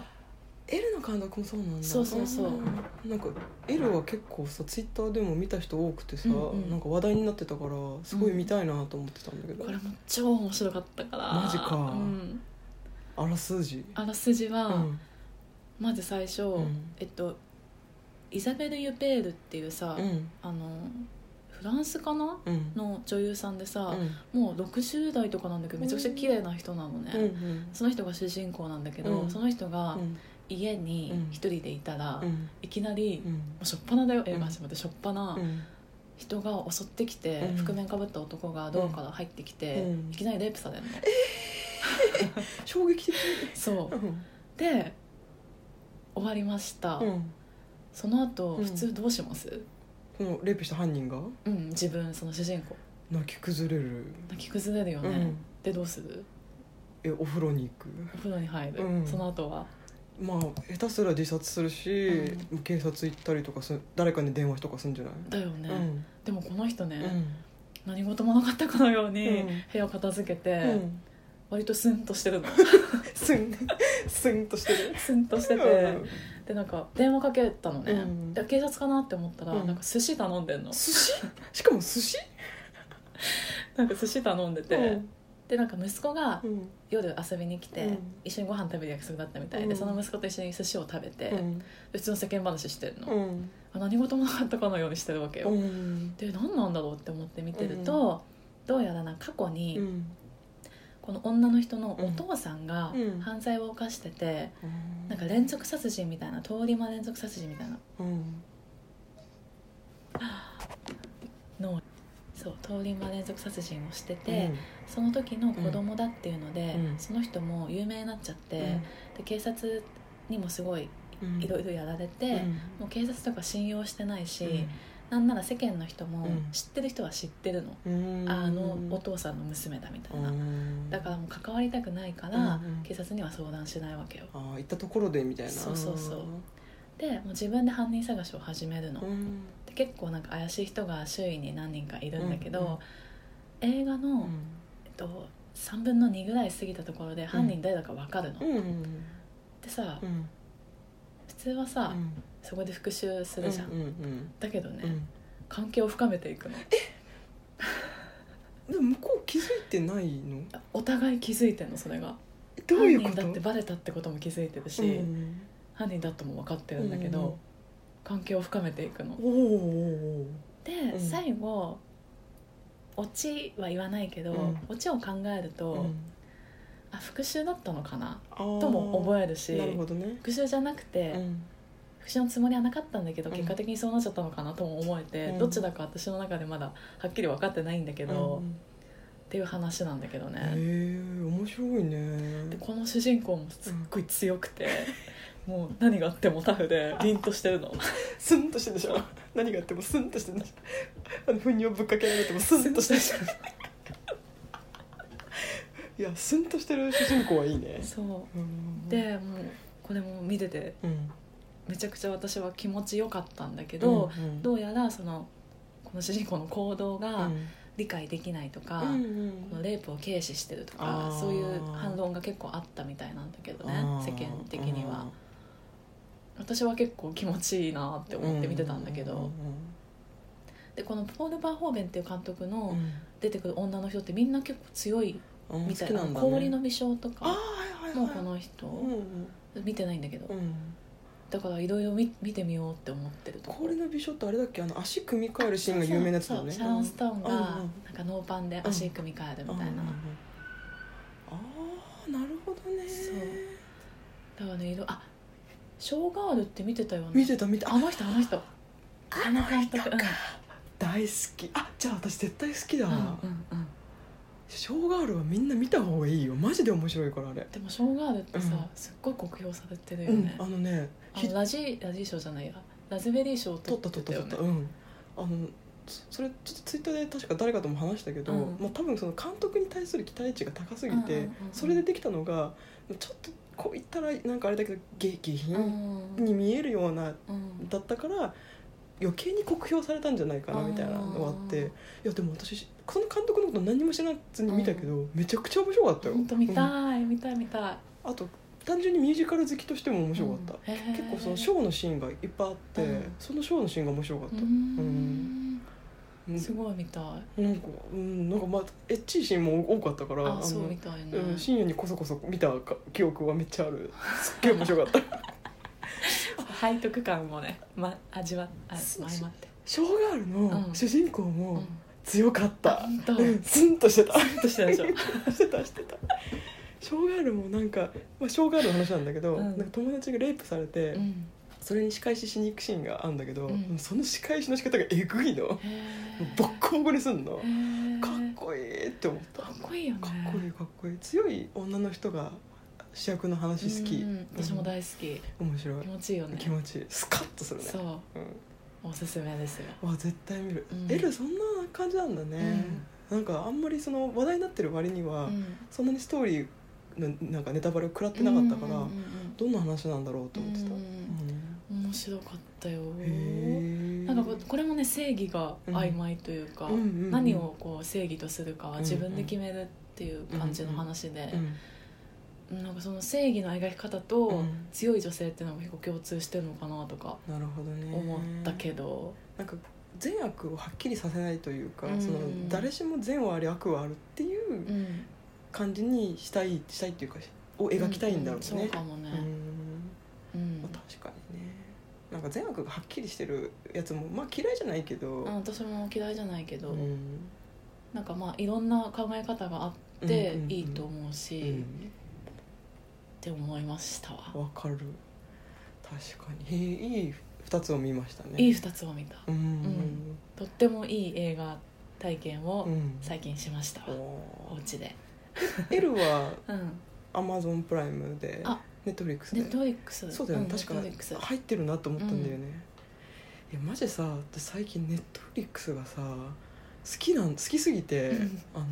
Speaker 1: エルの監督もそうなんだ
Speaker 2: そうそうそうん
Speaker 1: なんかエルは結構さツイッターでも見た人多くてさ、
Speaker 2: うんうん
Speaker 1: なんか話題になってたからすごい見たいなと思ってたんだけど、
Speaker 2: これも超面白かったから
Speaker 1: マジか
Speaker 2: うん、
Speaker 1: あらすじ
Speaker 2: あらすじは、
Speaker 1: うん
Speaker 2: まず最初、
Speaker 1: ん
Speaker 2: えっとイザベル・ユペールっていうさ、
Speaker 1: うん
Speaker 2: あのフランスかな
Speaker 1: うん
Speaker 2: の女優さんでさ
Speaker 1: う、ん
Speaker 2: もう60代とかなんだけどめちゃくちゃ綺麗な人なのね、
Speaker 1: うんうん
Speaker 2: その人が主人公なんだけど、
Speaker 1: うん
Speaker 2: その人
Speaker 1: う
Speaker 2: が
Speaker 1: ん
Speaker 2: 家に
Speaker 1: うん
Speaker 2: 一人でいたら、
Speaker 1: うん
Speaker 2: いきなり、
Speaker 1: う
Speaker 2: も
Speaker 1: ん
Speaker 2: うしょっぱなだよ映画始まってしょっぱな
Speaker 1: うん
Speaker 2: 人が襲ってきて、
Speaker 1: うん
Speaker 2: 覆面かぶった男がドアから入ってきて、
Speaker 1: うん
Speaker 2: いきなりレイプされるの、
Speaker 1: 衝撃的
Speaker 2: そう
Speaker 1: うん
Speaker 2: で終わりました、
Speaker 1: うん
Speaker 2: その後、
Speaker 1: うん
Speaker 2: 普通どうします
Speaker 1: そのレイプした犯人が
Speaker 2: うん自分その主人公
Speaker 1: 泣き崩れる、
Speaker 2: 泣き崩れるよね、
Speaker 1: うん
Speaker 2: でどうする
Speaker 1: えお風呂に行く
Speaker 2: お風呂に入る、
Speaker 1: うん
Speaker 2: その後は
Speaker 1: まあ下手すら自殺するし、
Speaker 2: う
Speaker 1: 警察行ったりとかす誰かに電話とかするんじゃない、
Speaker 2: だよね、
Speaker 1: うん
Speaker 2: でもこの人ね、
Speaker 1: うん
Speaker 2: 何事もなかったかのように
Speaker 1: うん
Speaker 2: 部屋を片付けて、
Speaker 1: うん、
Speaker 2: 割とスンとしてるの
Speaker 1: スンスンとしてる
Speaker 2: スンとしてて、
Speaker 1: うん
Speaker 2: でなんか電話かけたのね、
Speaker 1: うん
Speaker 2: で警察かなって思ったら、
Speaker 1: うん
Speaker 2: なんか寿司頼んでんの
Speaker 1: 寿司しかも寿司
Speaker 2: なんか寿司頼んでて、
Speaker 1: うん
Speaker 2: でなんか息子が
Speaker 1: うん
Speaker 2: 夜遊びに来て、
Speaker 1: うん
Speaker 2: 一緒にご飯食べる約束だったみたいで、
Speaker 1: うん
Speaker 2: その息子と一緒に寿司を食べて、
Speaker 1: う
Speaker 2: うんちの世間話してるの、
Speaker 1: うん
Speaker 2: あ何事もなかったかのようにしてるわけよ、
Speaker 1: うん
Speaker 2: で何なんだろうって思って見てると、どうやらなんか過去に、
Speaker 1: うん
Speaker 2: この女の人のお父さんが
Speaker 1: うん
Speaker 2: 犯罪を犯してて、なんか連続殺人みたいな通り魔連続殺人みたいな
Speaker 1: うん
Speaker 2: のそう通り魔連続殺人をしてて、その時の子供だっていうので、
Speaker 1: うん
Speaker 2: その人も有名になっちゃって、で警察にもすごい
Speaker 1: うん
Speaker 2: いろいろやられて、
Speaker 1: うん
Speaker 2: もう警察とか信用してないし、
Speaker 1: うん
Speaker 2: なんなら世間の人も
Speaker 1: うん
Speaker 2: 知ってる人は知ってるの、
Speaker 1: うん
Speaker 2: あのお父さんの娘だみたいな、
Speaker 1: うん
Speaker 2: だからもう関わりたくないから、
Speaker 1: うんうん
Speaker 2: 警察には相談しないわけよ
Speaker 1: ああ行ったところでみたいな
Speaker 2: そうそうそうでもう自分で犯人探しを始めるの、
Speaker 1: うん
Speaker 2: で結構なんか怪しい人が周囲に何人かいるんだけ
Speaker 1: うんうん
Speaker 2: ど、映画の、えっと、3分の2ぐらい過ぎたところで犯人誰だか分かるの、
Speaker 1: うんうん
Speaker 2: でさ、
Speaker 1: うん
Speaker 2: 普通はさ、
Speaker 1: うん
Speaker 2: そこで復讐するじゃん、
Speaker 1: うんうん
Speaker 2: だけどね、
Speaker 1: うんうん
Speaker 2: 関係を深めていくの
Speaker 1: でも向こう気づいてないの
Speaker 2: お互い気づいてんのそれが
Speaker 1: どういう
Speaker 2: 犯
Speaker 1: こ
Speaker 2: 人だ
Speaker 1: と
Speaker 2: ってバレたってことも気づいてるし、
Speaker 1: うん
Speaker 2: 犯人だとも分かってるんだけど、
Speaker 1: うん
Speaker 2: 関係を深めていくの
Speaker 1: おーおー
Speaker 2: で、
Speaker 1: ん
Speaker 2: 最後オチは言わないけど、
Speaker 1: うん
Speaker 2: オチを考えると、
Speaker 1: おー、うん
Speaker 2: あ復讐だったのかな
Speaker 1: あー
Speaker 2: とも覚えるし
Speaker 1: なるほどね、
Speaker 2: 復讐じゃなくて、
Speaker 1: うん
Speaker 2: 復讐のつもりはなかったんだけど
Speaker 1: うん
Speaker 2: 結果的にそうなっちゃったのかなとも思えて、
Speaker 1: うん
Speaker 2: どっちだか私の中でまだはっきり分かってないんだけど、
Speaker 1: う
Speaker 2: っ
Speaker 1: ん
Speaker 2: ていう話なんだけど
Speaker 1: へ
Speaker 2: ね、
Speaker 1: え面白い
Speaker 2: で
Speaker 1: ね
Speaker 2: この主人公もすっごい強くて、もう何があってもタフで凛とし てるの
Speaker 1: スンとしてるでしょ何があってもスンとしてるでしょあの糞尿ぶっかけられてもスンとしてるでしょいやスンとしてる主人公はいいね
Speaker 2: そう
Speaker 1: うん
Speaker 2: でもうこれも見てて
Speaker 1: うん
Speaker 2: めちゃくちゃ私は気持ちよかったんだけど、
Speaker 1: うんうん
Speaker 2: どうやらそのこの主人公の行動が
Speaker 1: うん
Speaker 2: 理解できないとか、
Speaker 1: うん
Speaker 2: このレイプを軽視してると
Speaker 1: あ
Speaker 2: か
Speaker 1: ー
Speaker 2: そういう反論が結構あったみたいなんだけどね
Speaker 1: あー
Speaker 2: 世間的には私は結構気持ちいいなって
Speaker 1: うん
Speaker 2: 思って見てたんだけど、
Speaker 1: うん
Speaker 2: でこのポール・バーホーベンっていう監督
Speaker 1: うんう
Speaker 2: の
Speaker 1: ん
Speaker 2: 出てくる女の人ってみんな結構強い
Speaker 1: うん
Speaker 2: みたいな,、
Speaker 1: 好きんだね
Speaker 2: 氷の微笑と
Speaker 1: あー
Speaker 2: か
Speaker 1: はいはい
Speaker 2: も
Speaker 1: は
Speaker 2: う
Speaker 1: い
Speaker 2: この人、
Speaker 1: うん
Speaker 2: 見てないんだけど、
Speaker 1: うんうん
Speaker 2: だからいろいろ見見てみようって思ってるとこ
Speaker 1: 氷の美少ってあれだっけあの足組み替えるシーンが有名なやつだよね
Speaker 2: そうそうシャロン・ストーンが
Speaker 1: うんうん
Speaker 2: なんかノーパンで足組み替えるみた
Speaker 1: う
Speaker 2: いな、
Speaker 1: んうんうんああなるほどね
Speaker 2: そうだからねいろあショーガールって見てたよね
Speaker 1: 見てた見てた
Speaker 2: あの人あの人あの監督うん
Speaker 1: 大好きあじゃあ私絶対好きだわ、
Speaker 2: うんうんうん
Speaker 1: ショーガールはみんな見た方がいいよマジで面白いからあれ、
Speaker 2: でもショーガールってさ、
Speaker 1: うん
Speaker 2: すっごい酷評されてるよ
Speaker 1: うん
Speaker 2: ね、
Speaker 1: あのね
Speaker 2: あ
Speaker 1: ひ
Speaker 2: のラジラジ賞じゃないやラズベリー賞を
Speaker 1: 撮
Speaker 2: 取
Speaker 1: っ
Speaker 2: った
Speaker 1: 撮
Speaker 2: て
Speaker 1: った
Speaker 2: た
Speaker 1: 撮
Speaker 2: よ
Speaker 1: っ
Speaker 2: ね
Speaker 1: たうんあのそそれちょっとツイッターで確か誰かとも話したけど、
Speaker 2: うん
Speaker 1: まあ、多分その監督に対する期待値が高すぎて、
Speaker 2: うんうんうんうん
Speaker 1: それでできたのがちょっとこう言ったらなんかあれだけど下下
Speaker 2: うん
Speaker 1: 品に見えるような
Speaker 2: うん
Speaker 1: だったから余計に酷評されたんじゃないかなみたいなのがあって
Speaker 2: あー
Speaker 1: いやでも私その監督のこと何にも知らずに見たけど、めちゃくちゃ面白かったよ
Speaker 2: 本当見
Speaker 1: うん
Speaker 2: たい、見たい見たい
Speaker 1: あと単純にミュージカル好きとしても面白かった、
Speaker 2: うんへー
Speaker 1: 結構そのショーのシーンがいっぱいあって、
Speaker 2: うん
Speaker 1: そのショーのシーンが面白かっ
Speaker 2: う
Speaker 1: た、
Speaker 2: ー
Speaker 1: うん
Speaker 2: ん
Speaker 1: うん
Speaker 2: すごい見たい
Speaker 1: なんかうんなんかまあエッチいシーンも多かったから
Speaker 2: あそう
Speaker 1: の
Speaker 2: みたいね
Speaker 1: うん、深夜にこそこそ見たか記憶はめっちゃあるすっげえ面白かった
Speaker 2: 背徳感もね、ま、味わあ
Speaker 1: そう
Speaker 2: 相まって
Speaker 1: ショーガール
Speaker 2: う
Speaker 1: の
Speaker 2: ん
Speaker 1: 主人公も強かっ
Speaker 2: あ
Speaker 1: た、
Speaker 2: 本当
Speaker 1: うん、スンとしてた
Speaker 2: ちょっとしてたでしょ
Speaker 1: してたしてたショーガールもなんか、まあ、ショーガールの話なんだけど、
Speaker 2: うん
Speaker 1: なんか友達がレイプされて、
Speaker 2: うん
Speaker 1: それに仕返ししに行くシーンがあるんだけど、
Speaker 2: うん
Speaker 1: その仕返しの仕方がえぐいのもう
Speaker 2: へー
Speaker 1: ボッコボコにすんの、
Speaker 2: へー
Speaker 1: かっこいいって思った
Speaker 2: かっこいいよね
Speaker 1: かっこいいかっこいい強い女の人が主役の話好き、
Speaker 2: うん私も大好き
Speaker 1: うん面白い
Speaker 2: 気持ちいいよね
Speaker 1: 気持ちいいスカッとするね
Speaker 2: そう
Speaker 1: う
Speaker 2: おすすめですよ
Speaker 1: ん、わ絶対見る、
Speaker 2: うん
Speaker 1: エルそんな感じなんだね、なんかあんまりその話題になってる割には、
Speaker 2: うん
Speaker 1: そんなにストーリーのなんかネタバレを食らってなかったから、
Speaker 2: うんうんうん
Speaker 1: どんな話なんだろうと思ってた、
Speaker 2: うんうん面白かったよ
Speaker 1: へえ
Speaker 2: なんかこうこれもね正義が曖昧というか、
Speaker 1: うんうんうんうん
Speaker 2: 何をこう正義とするかは自分で決めるっていう感じの話で、
Speaker 1: うん
Speaker 2: なんかその正義の描き方と
Speaker 1: うん
Speaker 2: 強い女性っていうのが結構共通してるのかなとか
Speaker 1: なるほどね
Speaker 2: 思ったけど、
Speaker 1: なんか善悪をはっきりさせないというか、
Speaker 2: うん
Speaker 1: その誰しも善はあり悪はあるっていう
Speaker 2: うん
Speaker 1: 感じにしたいしたいっていうかを描きたいんだろう
Speaker 2: うん
Speaker 1: ね
Speaker 2: そうかもね
Speaker 1: う、ん
Speaker 2: うん
Speaker 1: まあ確かにねなんか善悪がはっきりしてるやつもまあ嫌いじゃないけど、
Speaker 2: うん私も嫌いじゃないけど、
Speaker 1: うん
Speaker 2: なんかまあいろんな考え方があって
Speaker 1: うんうんうん
Speaker 2: いいと思うし、
Speaker 1: う
Speaker 2: っ
Speaker 1: ん
Speaker 2: て思いましたわ、
Speaker 1: わかる確かにへえいい2つを見ましたね
Speaker 2: いい2つを見た
Speaker 1: うん
Speaker 2: とってもいい映画体験
Speaker 1: うんう
Speaker 2: を
Speaker 1: ん
Speaker 2: 最近しましたわ、お
Speaker 1: おー
Speaker 2: 家で
Speaker 1: L は
Speaker 2: うん
Speaker 1: アマゾンプライムで
Speaker 2: あ
Speaker 1: ネットフリックス
Speaker 2: ネ
Speaker 1: で
Speaker 2: ットフリックス
Speaker 1: そうだよね、
Speaker 2: ん
Speaker 1: 確か
Speaker 2: Netflix
Speaker 1: 入ってるなと思ったんだよね、いやマジでさ私最近ネットフリックスがさ好きなん好きすぎて
Speaker 2: うん
Speaker 1: あの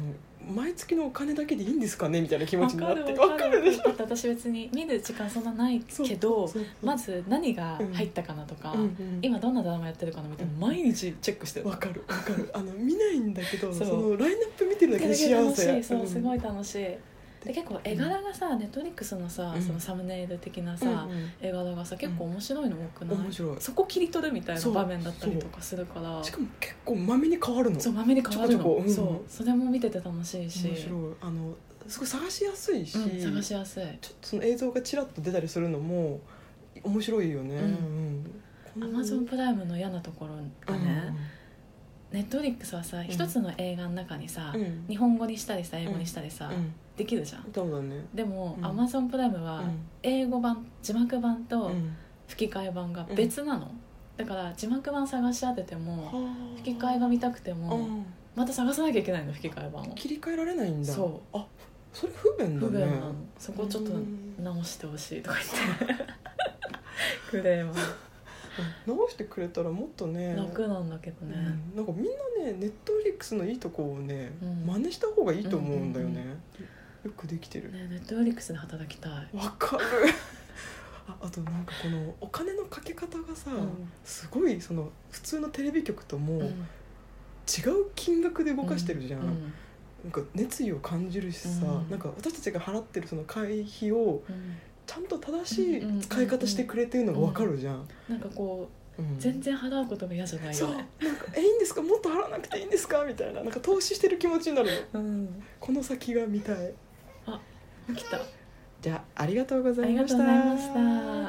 Speaker 1: 毎月のお金だけでいいんですかねみたいな気持ちになって
Speaker 2: わ
Speaker 1: わかるでしょ
Speaker 2: だって私別に見る時間そんなない
Speaker 1: そう
Speaker 2: けど
Speaker 1: そうそう
Speaker 2: まず何が入ったかなとか、
Speaker 1: うんうん
Speaker 2: 今どんなドラマやってるかなみたいな毎日チェックしてる
Speaker 1: わかるわかるあの見ないんだけど
Speaker 2: そ
Speaker 1: そうのラインナップ見てるだけで幸
Speaker 2: 楽し
Speaker 1: せ
Speaker 2: いそうすご
Speaker 1: い
Speaker 2: い楽しいで結構絵柄がさネットリックスのさ
Speaker 1: うん
Speaker 2: そのサムネイル的な
Speaker 1: うん
Speaker 2: さ絵柄がさ結構面白いの多くない
Speaker 1: 面白い
Speaker 2: そこ切り取るみたいな
Speaker 1: そう
Speaker 2: 場面だったりとかするから
Speaker 1: うんしかも結構まめに変わるの
Speaker 2: そうまめに変わる
Speaker 1: ちょこちょこ
Speaker 2: の
Speaker 1: うん
Speaker 2: そうそれも見てて楽しいし
Speaker 1: 面白いあのすごい探しやすいし、
Speaker 2: うん、探
Speaker 1: ち
Speaker 2: し
Speaker 1: ょ
Speaker 2: やすい
Speaker 1: っとその映像がちらっと出たりするのも面白いよね。
Speaker 2: うん
Speaker 1: うん
Speaker 2: アマゾンプライムの嫌なところがね、ネットフリックスはさ
Speaker 1: ん
Speaker 2: 一つの映画の中にさ、
Speaker 1: うんうん
Speaker 2: 日本語にしたりさ英語にしたりさ、
Speaker 1: うん
Speaker 2: できるじゃん
Speaker 1: そうだね。
Speaker 2: でも、
Speaker 1: うん
Speaker 2: Amazon プライムは
Speaker 1: うん
Speaker 2: 英語版字幕版と
Speaker 1: うん
Speaker 2: 吹き替え版が別なの、だから字幕版探し当てても吹き替えが見たくても、
Speaker 1: うん
Speaker 2: また探さなきゃいけないの吹き替え版を
Speaker 1: 切り替えられないんだ。
Speaker 2: そ
Speaker 1: あそれ不便だ
Speaker 2: 不
Speaker 1: ね。
Speaker 2: 便なのそこちょっと
Speaker 1: うん
Speaker 2: 直してほしいとか言って クレーム
Speaker 1: 直してくれたらもっとね。
Speaker 2: 楽なんだけどね、
Speaker 1: うんなんかみんなねネットフリックスのいいとこをね、
Speaker 2: うん
Speaker 1: 真似した方がいいと思うんだよね、
Speaker 2: うん
Speaker 1: よくできてる
Speaker 2: ねネットフリックスで働きたい
Speaker 1: わ かるああとなんかこのお金のかけ方がさ、
Speaker 2: うん
Speaker 1: すごいその普通のテレビ局とも
Speaker 2: う
Speaker 1: 違うん金額で動かしてるじゃん、
Speaker 2: うん
Speaker 1: なんか熱意を感じるしさ、
Speaker 2: うん
Speaker 1: なんか私たちが払ってるその会費を
Speaker 2: うん
Speaker 1: ちゃんと正しい使い方してくれてるのがわかるじゃん、
Speaker 2: なんかこ
Speaker 1: うん
Speaker 2: う全然払うことが嫌じゃない
Speaker 1: そ
Speaker 2: よ
Speaker 1: う
Speaker 2: ね
Speaker 1: なんか「えいいんですかもっと払わなくていいんですか?」みたいななんか投資してる気持ちになるの
Speaker 2: うん
Speaker 1: この先が見たい
Speaker 2: 来た
Speaker 1: じゃあありがとうござ
Speaker 2: あ
Speaker 1: い
Speaker 2: りが
Speaker 1: まし
Speaker 2: と
Speaker 1: た。
Speaker 2: うございました。